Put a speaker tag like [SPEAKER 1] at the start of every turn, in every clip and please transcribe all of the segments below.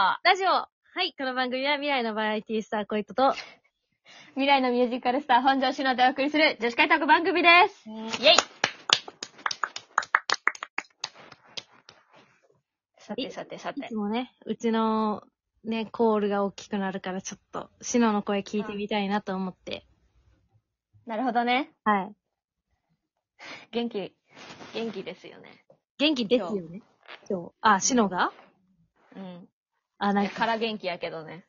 [SPEAKER 1] はい、この番組は未来のバラエティスターコイトと、
[SPEAKER 2] 未来のミュージカルスター本庄志乃でお送りする女子会トーク番組です。イェイさてさてさ
[SPEAKER 1] い
[SPEAKER 2] て
[SPEAKER 1] つ。もね、うちのね、コールが大きくなるからちょっと、シノの声聞いてみたいなと思って。
[SPEAKER 2] なるほどね。
[SPEAKER 1] はい。
[SPEAKER 2] 元気、元気ですよね。
[SPEAKER 1] 元気ですよね。今日。あ、シノが
[SPEAKER 2] うん。
[SPEAKER 1] あ、なんか、
[SPEAKER 2] から元気やけどね。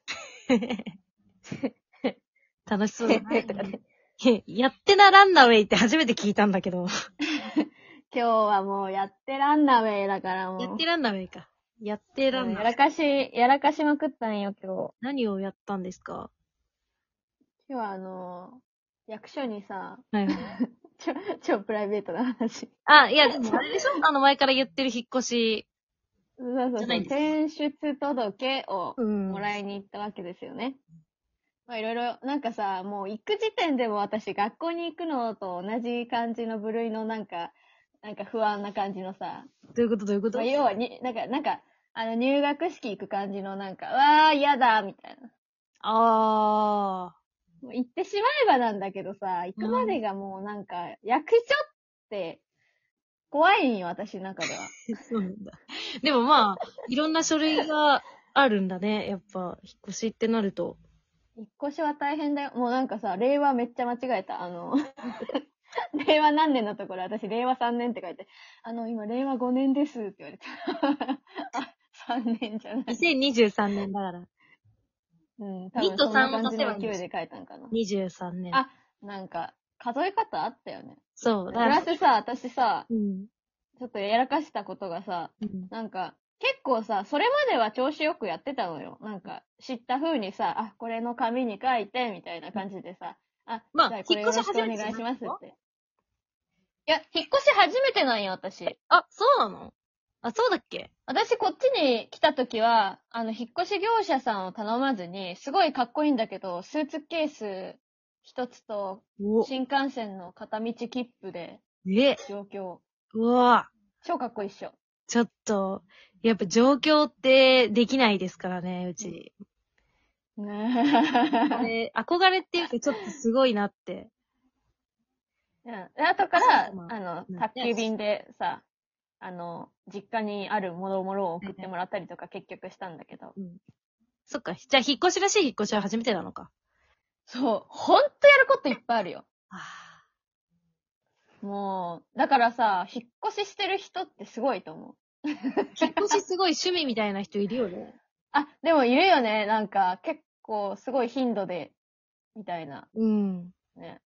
[SPEAKER 1] 楽しそ
[SPEAKER 2] と
[SPEAKER 1] う
[SPEAKER 2] か
[SPEAKER 1] だな。
[SPEAKER 2] ね
[SPEAKER 1] やってなランナウェイって初めて聞いたんだけど。
[SPEAKER 2] 今日はもうやってランナーウェイだからもう。
[SPEAKER 1] やってランナウェイか。やってラン
[SPEAKER 2] も
[SPEAKER 1] ナ
[SPEAKER 2] う
[SPEAKER 1] ウ
[SPEAKER 2] や
[SPEAKER 1] ェイ。
[SPEAKER 2] らかし、やらかしまくったんよ今日。
[SPEAKER 1] 何をやったんですか
[SPEAKER 2] 今日はあのー、役所にさ、
[SPEAKER 1] はいはい。
[SPEAKER 2] ちょ、超プライベートな話。
[SPEAKER 1] あ、いや、でもあれでしょあの前から言ってる引っ越し。
[SPEAKER 2] そうそうそう。
[SPEAKER 1] じゃないんです
[SPEAKER 2] 転出届を
[SPEAKER 1] うん
[SPEAKER 2] もらいに行ったわけですよね。まあいろいろ、なんかさ、もう行く時点でも私学校に行くのと同じ感じの部類のなんか、なんか不安な感じのさ、
[SPEAKER 1] どういうことどういうこと
[SPEAKER 2] まあ、要はに、なんか、なんか、あの入学式行く感じのなんか、わー嫌だみたいな。
[SPEAKER 1] あ
[SPEAKER 2] もう行ってしまえばなんだけどさ、行くまでがもうなんか、役所って怖いんよ、私の中では。
[SPEAKER 1] ー。 そうなんだ。でもまあ、いろんな書類があるんだね。やっぱ、引っ越しってなると。
[SPEAKER 2] 引っ越しは大変だよ。もうなんかさ、令和めっちゃ間違えた。あの、 令和何年のところ、私令和3年って書いて、あの、今令和5年ですって言 われた。あ、3年じゃない。
[SPEAKER 1] 2023年だから。
[SPEAKER 2] うん、多分そんな感じの勢いで書いたんかな。
[SPEAKER 1] 23年。
[SPEAKER 2] あなんか、数え方あったよね。
[SPEAKER 1] そう。
[SPEAKER 2] プ
[SPEAKER 1] だか
[SPEAKER 2] ラ
[SPEAKER 1] ら、
[SPEAKER 2] スさ、私さ、
[SPEAKER 1] うん。
[SPEAKER 2] ちょっとやらかしたことがさ、
[SPEAKER 1] うん
[SPEAKER 2] なんか、結構さ、それまでは調子よくやってたのよ。なんか、知った風にさ、あ、これの紙に書いて、みたいな感じでさ、あ、
[SPEAKER 1] まあ
[SPEAKER 2] じゃあこれよろしくお願いし
[SPEAKER 1] 引っ
[SPEAKER 2] ます
[SPEAKER 1] 越し初めてじゃないの
[SPEAKER 2] って。いや、引っ越し初めてなんよ、私。
[SPEAKER 1] あ、そうなのあ、そうだっけ
[SPEAKER 2] 私、こっちに来た時は、あの、引っ越し業者さんを頼まずに、すごいかっこいいんだけど、スーツケース一つと、
[SPEAKER 1] お
[SPEAKER 2] 新幹線の片道切符で、
[SPEAKER 1] え、
[SPEAKER 2] 状況。
[SPEAKER 1] うわ
[SPEAKER 2] 超かっこいいっしょ。
[SPEAKER 1] ちょっと、やっぱ状況ってできないですからね、うち。
[SPEAKER 2] ねえ
[SPEAKER 1] あれ憧れっていうか、ちょっとすごいなって。
[SPEAKER 2] うん。で後から、
[SPEAKER 1] まあ
[SPEAKER 2] あの
[SPEAKER 1] うん、
[SPEAKER 2] 宅急便でさ、あの、実家にあるもろもろを送ってもらったりとか結局したんだけど。
[SPEAKER 1] そっか、じゃあ引っ越しらしい引っ越しは初めてなのか。
[SPEAKER 2] そう、ほんとやることいっぱいあるよ。
[SPEAKER 1] あ
[SPEAKER 2] もう、だからさ、引っ越ししてる人ってすごいと思う。
[SPEAKER 1] ー引っ越しすごい趣味みたいな人いるよね。
[SPEAKER 2] あ、でもいるよね。なんか、結構すごい頻度で、みたいな。
[SPEAKER 1] うん。
[SPEAKER 2] ね。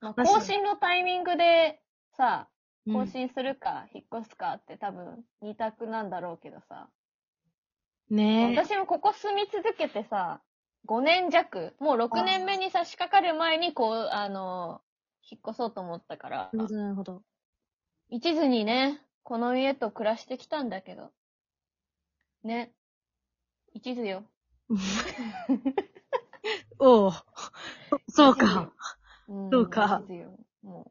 [SPEAKER 2] まあ
[SPEAKER 1] 確か
[SPEAKER 2] 更
[SPEAKER 1] に
[SPEAKER 2] 新のタイミングでさ、
[SPEAKER 1] うん
[SPEAKER 2] 更新するか、引っ越すかって多分、二択なんだろうけどさ。
[SPEAKER 1] ねえ。
[SPEAKER 2] 私もここ住み続けてさ、5年弱、もう6年目に差し掛かる前に、こう、あの、引っ越そうと思ったから、
[SPEAKER 1] なるほどなるほど。
[SPEAKER 2] 一途にね、この家と暮らしてきたんだけど、ね、一途よ。
[SPEAKER 1] お う。そうか。
[SPEAKER 2] 一途よ。ん
[SPEAKER 1] そうか
[SPEAKER 2] 一途よ。もう。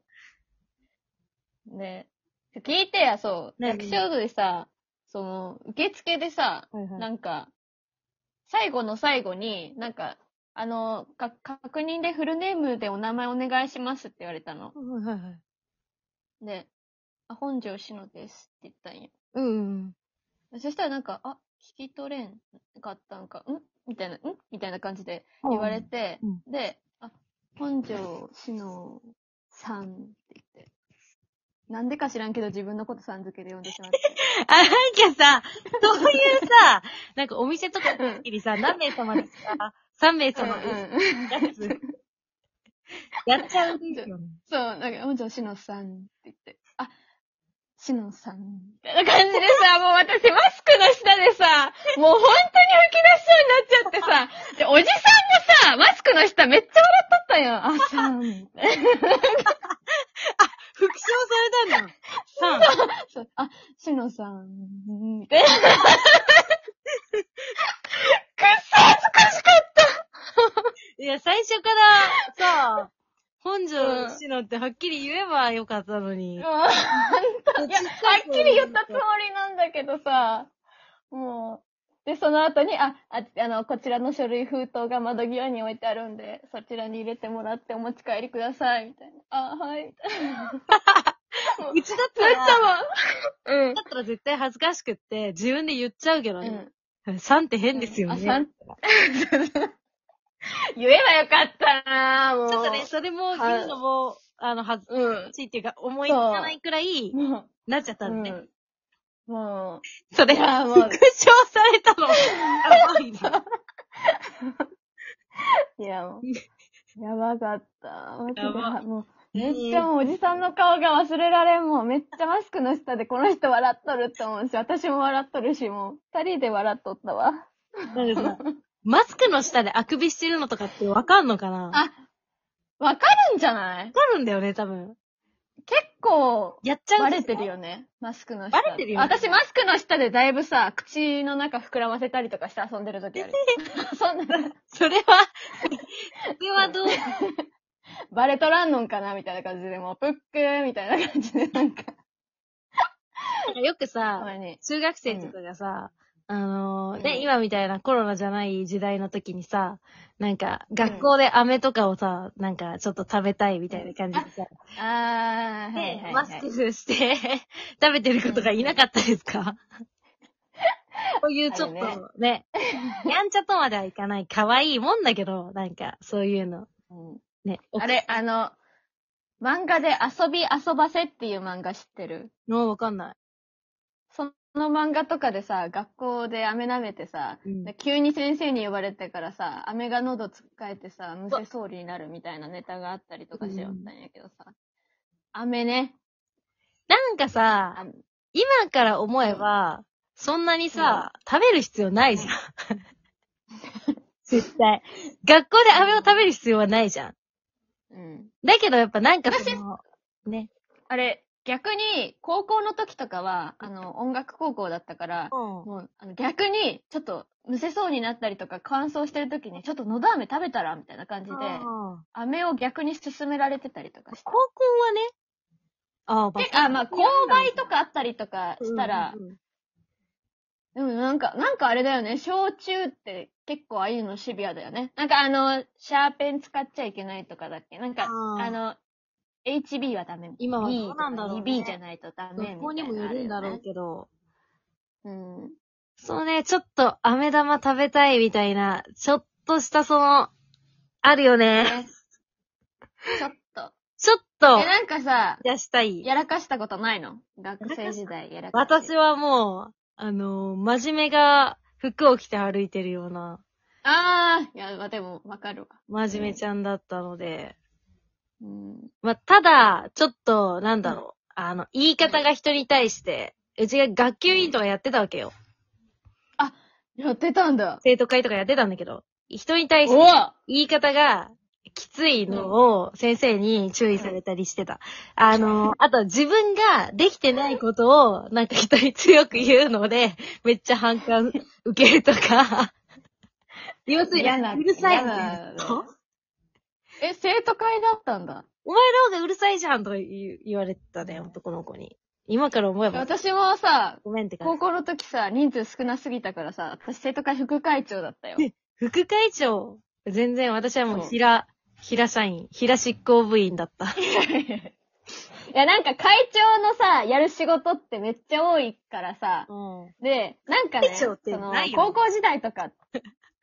[SPEAKER 2] ね、聞いてや、そう。
[SPEAKER 1] 何
[SPEAKER 2] 役所でさ、その、受付でさ、
[SPEAKER 1] はいはい
[SPEAKER 2] なんか、最後の最後に、なんか、あの、か、確認でフルネームでお名前お願いしますって言われたの。
[SPEAKER 1] はいはいはい。
[SPEAKER 2] で、あ、本庄しのですって言ったんよ。
[SPEAKER 1] うんうん
[SPEAKER 2] そしたらなんか、あ、聞き取れんかったんか、んみたいな、んみたいな感じで
[SPEAKER 1] うん。
[SPEAKER 2] 言われて、
[SPEAKER 1] うん
[SPEAKER 2] で、あ、本庄しのさんって言って。なんでか知らんけど自分のことさん付けで呼んでしま って。
[SPEAKER 1] あ、なんかさ、そういう さ、なんかお店とかの時にさ、何名様です か ?3 名様です。
[SPEAKER 2] うんうん
[SPEAKER 1] やつ。やっちゃうんですよね。
[SPEAKER 2] そう、なんか、もうちょ、しのさんって言って、あ、しのさん、みたいな感じでさ、もう私マスクの下でさ、もう本当に吹き出しそうになっちゃってさ、で、おじさんもさ、マスクの下めっちゃ笑っとったんよ。あ、さん、みたいな
[SPEAKER 1] 復唱され たんだ。さあ、
[SPEAKER 2] そうあ、しのさん、みたいな。くっそ恥ずかしかった
[SPEAKER 1] いや、最初から、さあ、本庄しのってはっきり言えばよかったのに。
[SPEAKER 2] もういや、はっきり言ったつもりなんだけどさ、もで、その後に、あ、ああの、こちらの書類封筒が窓際に置いてあるんで、そちらに入れてもらってお持ち帰りください、みたいな。あ、はい、みたいな。もう
[SPEAKER 1] うちだった
[SPEAKER 2] な
[SPEAKER 1] ら、
[SPEAKER 2] っちゃうわ。うん
[SPEAKER 1] だったら絶対恥ずかしくって、自分で言っちゃうけど
[SPEAKER 2] う
[SPEAKER 1] ね。
[SPEAKER 2] ん。
[SPEAKER 1] さんって変ですよね。
[SPEAKER 2] あ、さん言えばよかったなもう。
[SPEAKER 1] ちょっとね、それ
[SPEAKER 2] は
[SPEAKER 1] も
[SPEAKER 2] い
[SPEAKER 1] 言うのも、あの、恥ずか
[SPEAKER 2] うん。
[SPEAKER 1] しいっていうか、思いつかないくらい、
[SPEAKER 2] も
[SPEAKER 1] なっちゃっ
[SPEAKER 2] う、
[SPEAKER 1] たんで。
[SPEAKER 2] うん、も
[SPEAKER 1] それ、
[SPEAKER 2] い
[SPEAKER 1] 復
[SPEAKER 2] やもう
[SPEAKER 1] 唱されたの。やばいね。
[SPEAKER 2] う、いや、も う、やばかった。マジで
[SPEAKER 1] やば
[SPEAKER 2] もう、
[SPEAKER 1] え
[SPEAKER 2] め
[SPEAKER 1] ー
[SPEAKER 2] っちゃもうおじさんの顔が忘れられん。もうめっちゃマスクの下でこの人笑っとるって思うし、私も笑っとるし、もう、二人で笑っとったわ。
[SPEAKER 1] なんかさマスクの下であくびしてるのとかってわかんのかなわ
[SPEAKER 2] あわかるんじゃない
[SPEAKER 1] かるんだよね、多分。
[SPEAKER 2] 結構、
[SPEAKER 1] やっちゃうん
[SPEAKER 2] バ
[SPEAKER 1] で
[SPEAKER 2] レ
[SPEAKER 1] すか
[SPEAKER 2] てるよね。マスクの下で。
[SPEAKER 1] バレてるよね
[SPEAKER 2] 私マスクの下でだいぶさ、口の中膨らませたりとかして遊んでる時ある。 そんな、
[SPEAKER 1] それは、それはどう、
[SPEAKER 2] バレとらんのんかなみたいな感じで、もう、プックーみたいな感じで、なんか、
[SPEAKER 1] なんかよく
[SPEAKER 2] た
[SPEAKER 1] さ、
[SPEAKER 2] まに。
[SPEAKER 1] 中学生とかがさ、あのー、
[SPEAKER 2] う
[SPEAKER 1] ね、
[SPEAKER 2] ん
[SPEAKER 1] 今みたいなコロナじゃない時代の時にさ、なんか、学校で飴とかをさ、なんか、ちょっと食べたいみたいな感じでさ、
[SPEAKER 2] あー、はいはい、は
[SPEAKER 1] で
[SPEAKER 2] い。
[SPEAKER 1] マスクして 食べてる子とかいなかったですかこういうちょっと
[SPEAKER 2] ある
[SPEAKER 1] ね、やんちゃとまではいかない、可愛いもんだけど、なんか、そういうの、
[SPEAKER 2] うん
[SPEAKER 1] ね。
[SPEAKER 2] あれ、あの、漫画で遊び遊ばせっていう漫画知ってる
[SPEAKER 1] もうわかんない。
[SPEAKER 2] その漫画とかでさ、学校で飴舐めてさ、
[SPEAKER 1] うん
[SPEAKER 2] で急に先生に呼ばれてからさ、飴が喉つっかえてさ、むせそうになるみたいなネタがあったりとかしよったんやけどさ、飴ね。
[SPEAKER 1] なんかさ
[SPEAKER 2] あ、
[SPEAKER 1] 今から思えば、そんなにさ、食べる必要ないじゃん。 絶対。学校で飴を食べる必要はないじゃん。
[SPEAKER 2] うん。
[SPEAKER 1] だけどやっぱなんかその、ね。
[SPEAKER 2] あれ、逆に、高校の時とかは、あの、音楽高校だったから、もう、あの逆に、ちょっと、むせそうになったりとか、乾燥してる時に、ちょっと喉飴食べたらみたいな感じで、
[SPEAKER 1] あー
[SPEAKER 2] 飴を逆に勧められてたりとかして
[SPEAKER 1] 高。校はね、ああ、バ
[SPEAKER 2] で、あ、まあ、購買とかあったりとかしたら
[SPEAKER 1] う、んうんうん
[SPEAKER 2] でもなんか、なんかあれだよね、焼酎って結構ああいうのシビアだよね。なんかあの、シャーペン使っちゃいけないとかだっけなんか、
[SPEAKER 1] あ
[SPEAKER 2] あ
[SPEAKER 1] ー
[SPEAKER 2] の、HB はダメ。
[SPEAKER 1] 今は
[SPEAKER 2] B
[SPEAKER 1] どうなんだろうね
[SPEAKER 2] 2B じゃないとダメみたいな。
[SPEAKER 1] 学校にもよるんだろうけど、
[SPEAKER 2] うん。
[SPEAKER 1] そうね、ちょっと飴玉食べたいみたいな、ちょっとしたその、あるよね。
[SPEAKER 2] ねちょっと。
[SPEAKER 1] ちょっと
[SPEAKER 2] え、、なんかさ、
[SPEAKER 1] 出したい。
[SPEAKER 2] やらかしたことないの学生時代やらかした。
[SPEAKER 1] 私はもう、あのー真面目が服を着て歩いてるような、
[SPEAKER 2] ああ、いや、まあでも、わかるわ。
[SPEAKER 1] 真面目ちゃんだったので、
[SPEAKER 2] うん。
[SPEAKER 1] まあ、ただ、ちょっと、なんだろう、あの、言い方が人に対して、うちが学級委員とかやってたわけよ。
[SPEAKER 2] やってたんだ。
[SPEAKER 1] 生徒会とかやってたんだけど、人に対し
[SPEAKER 2] お
[SPEAKER 1] て
[SPEAKER 2] わ
[SPEAKER 1] 言い方が、きついのを先生に注意されたりしてた。あのー、あと自分ができてないことをなんか人に強く言うので、めっちゃ反感受けるとか。要するに、
[SPEAKER 2] 嫌な
[SPEAKER 1] うるさいみたい
[SPEAKER 2] 嫌
[SPEAKER 1] な
[SPEAKER 2] なのえ、生徒会だったんだ。
[SPEAKER 1] お前の方がうるさいじゃんとか言う言われてたね、男の子に。今から思えば、
[SPEAKER 2] 私もさ、
[SPEAKER 1] ごめんって感
[SPEAKER 2] 高
[SPEAKER 1] じ。
[SPEAKER 2] 校の時さ、人数少なすぎたからさ、私生徒会副会長だったよ。
[SPEAKER 1] 副会長、全然私はも
[SPEAKER 2] そうう
[SPEAKER 1] 平、平社員、平執行部員だった。
[SPEAKER 2] いや、なんか会長のさ、やる仕事ってめっちゃ多いからさ、
[SPEAKER 1] うん。
[SPEAKER 2] で、なんかね、
[SPEAKER 1] 会長って
[SPEAKER 2] その
[SPEAKER 1] ないよね
[SPEAKER 2] 高校時代とか、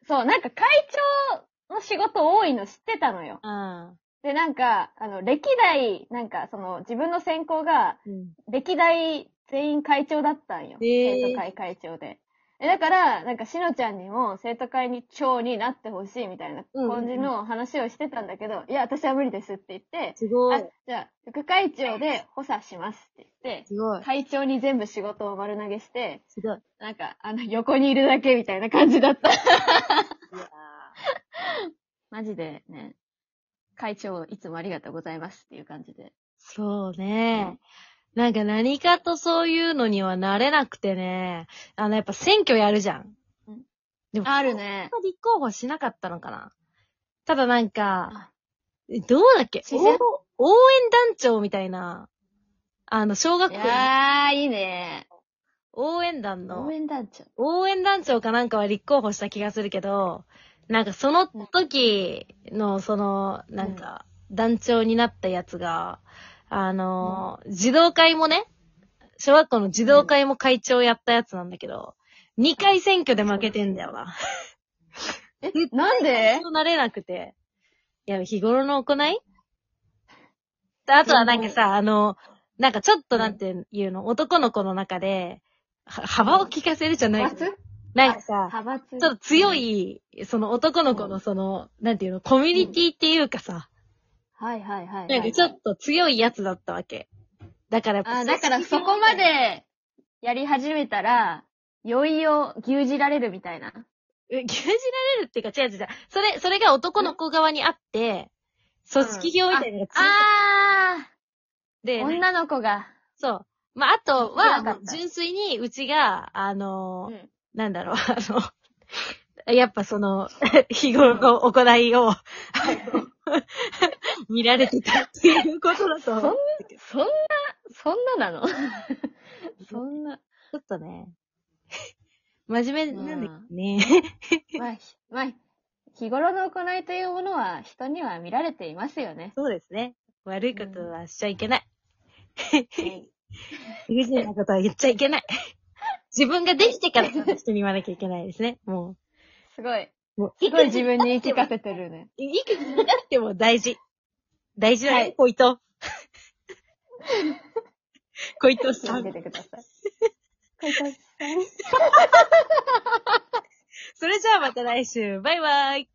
[SPEAKER 2] そう、なんか会長の仕事多いの知ってたのよ。
[SPEAKER 1] あ
[SPEAKER 2] で、なんか、あの、歴代、なんかその自分の専攻が、
[SPEAKER 1] うん。
[SPEAKER 2] 歴代全員会長だったんよ。
[SPEAKER 1] へー
[SPEAKER 2] 生徒会会長で。えだから、なんか、しのちゃんにも生徒会に長になってほしいみたいな感じの話をしてたんだけど、いや、私は無理ですって言って、
[SPEAKER 1] すご
[SPEAKER 2] あ
[SPEAKER 1] い。、
[SPEAKER 2] じゃあ、副会長で補佐しますって言って、
[SPEAKER 1] すごい。
[SPEAKER 2] 会長に全部仕事を丸投げして、
[SPEAKER 1] すごい。
[SPEAKER 2] なんか、あの、横にいるだけみたいな感じだった。
[SPEAKER 1] いや
[SPEAKER 2] マジでね、会長いつもありがとうございますっていう感じで。
[SPEAKER 1] そうね。なんか何かとそういうのにはなれなくてね。あの、やっぱ選挙やるじゃん。
[SPEAKER 2] うん
[SPEAKER 1] でも、
[SPEAKER 2] あるね。
[SPEAKER 1] 立候補しなかったのかな。ただなんか
[SPEAKER 2] あ、
[SPEAKER 1] えどうだっけ
[SPEAKER 2] 自
[SPEAKER 1] 応応
[SPEAKER 2] 然
[SPEAKER 1] 援団長みたいな、あの、小学
[SPEAKER 2] い
[SPEAKER 1] 校の
[SPEAKER 2] やー、いいね。
[SPEAKER 1] 応援団の
[SPEAKER 2] 応、援団長。
[SPEAKER 1] 応援団長かなんかは立候補した気がするけど、なんかその時の、その、なんか、団長になったやつが、あのー、児童会もね、小学校の児童会も会長やったやつなんだけど、2回選挙で負けてんだよな。
[SPEAKER 2] え、なんで
[SPEAKER 1] なれなくて。いや、日頃の行いであとはなんかさ、あの、なんかちょっとなんていうの、男の子の中で、は幅を利かせるじゃない
[SPEAKER 2] 派閥
[SPEAKER 1] なんかさ、
[SPEAKER 2] 派閥。
[SPEAKER 1] ちょっと強い、その男の子のその、なんていうの、コミュニティっていうかさ、
[SPEAKER 2] はいはいはいはい。
[SPEAKER 1] なんかちょっと強いやつだったわけ。だからやっぱ
[SPEAKER 2] あ、だからそこま。でやり始めたら、酔いを牛耳られるみたいな。
[SPEAKER 1] え牛耳られるっていうか、違う違う違う。それ、それが男の子側にあって、組織票みたいなのがつい
[SPEAKER 2] あ
[SPEAKER 1] て
[SPEAKER 2] ー、
[SPEAKER 1] て、
[SPEAKER 2] 女の子が。
[SPEAKER 1] そう。まあ、あと
[SPEAKER 2] 強
[SPEAKER 1] は、
[SPEAKER 2] か
[SPEAKER 1] も
[SPEAKER 2] った
[SPEAKER 1] う純粋に、うちが、あのー
[SPEAKER 2] うん
[SPEAKER 1] なんだろう、 あの、やっぱその、 日頃の行いを、あ の見られてたっていうことだ
[SPEAKER 2] そんな
[SPEAKER 1] と、、
[SPEAKER 2] そんな、そんななの そんな。
[SPEAKER 1] ちょっとね、真面目なんだけどね。。
[SPEAKER 2] まあ、ひまあ、日頃の行いというものは人には見られていますよね
[SPEAKER 1] そうですね。悪いことはしちゃいけない。
[SPEAKER 2] はい
[SPEAKER 1] 理不尽なことは言っちゃいけない。 自分ができてから人に言わなきゃいけないですね。も
[SPEAKER 2] すごい。
[SPEAKER 1] う。もう、
[SPEAKER 2] すごい自分に言い聞かせてるね。
[SPEAKER 1] いくつになっても大事。大事だよ、
[SPEAKER 2] はい
[SPEAKER 1] ポイ ント。ポイント
[SPEAKER 2] 気を
[SPEAKER 1] さ
[SPEAKER 2] つけ
[SPEAKER 1] ん。
[SPEAKER 2] てください。こいこい
[SPEAKER 1] それじゃあまた来週。バイバイ。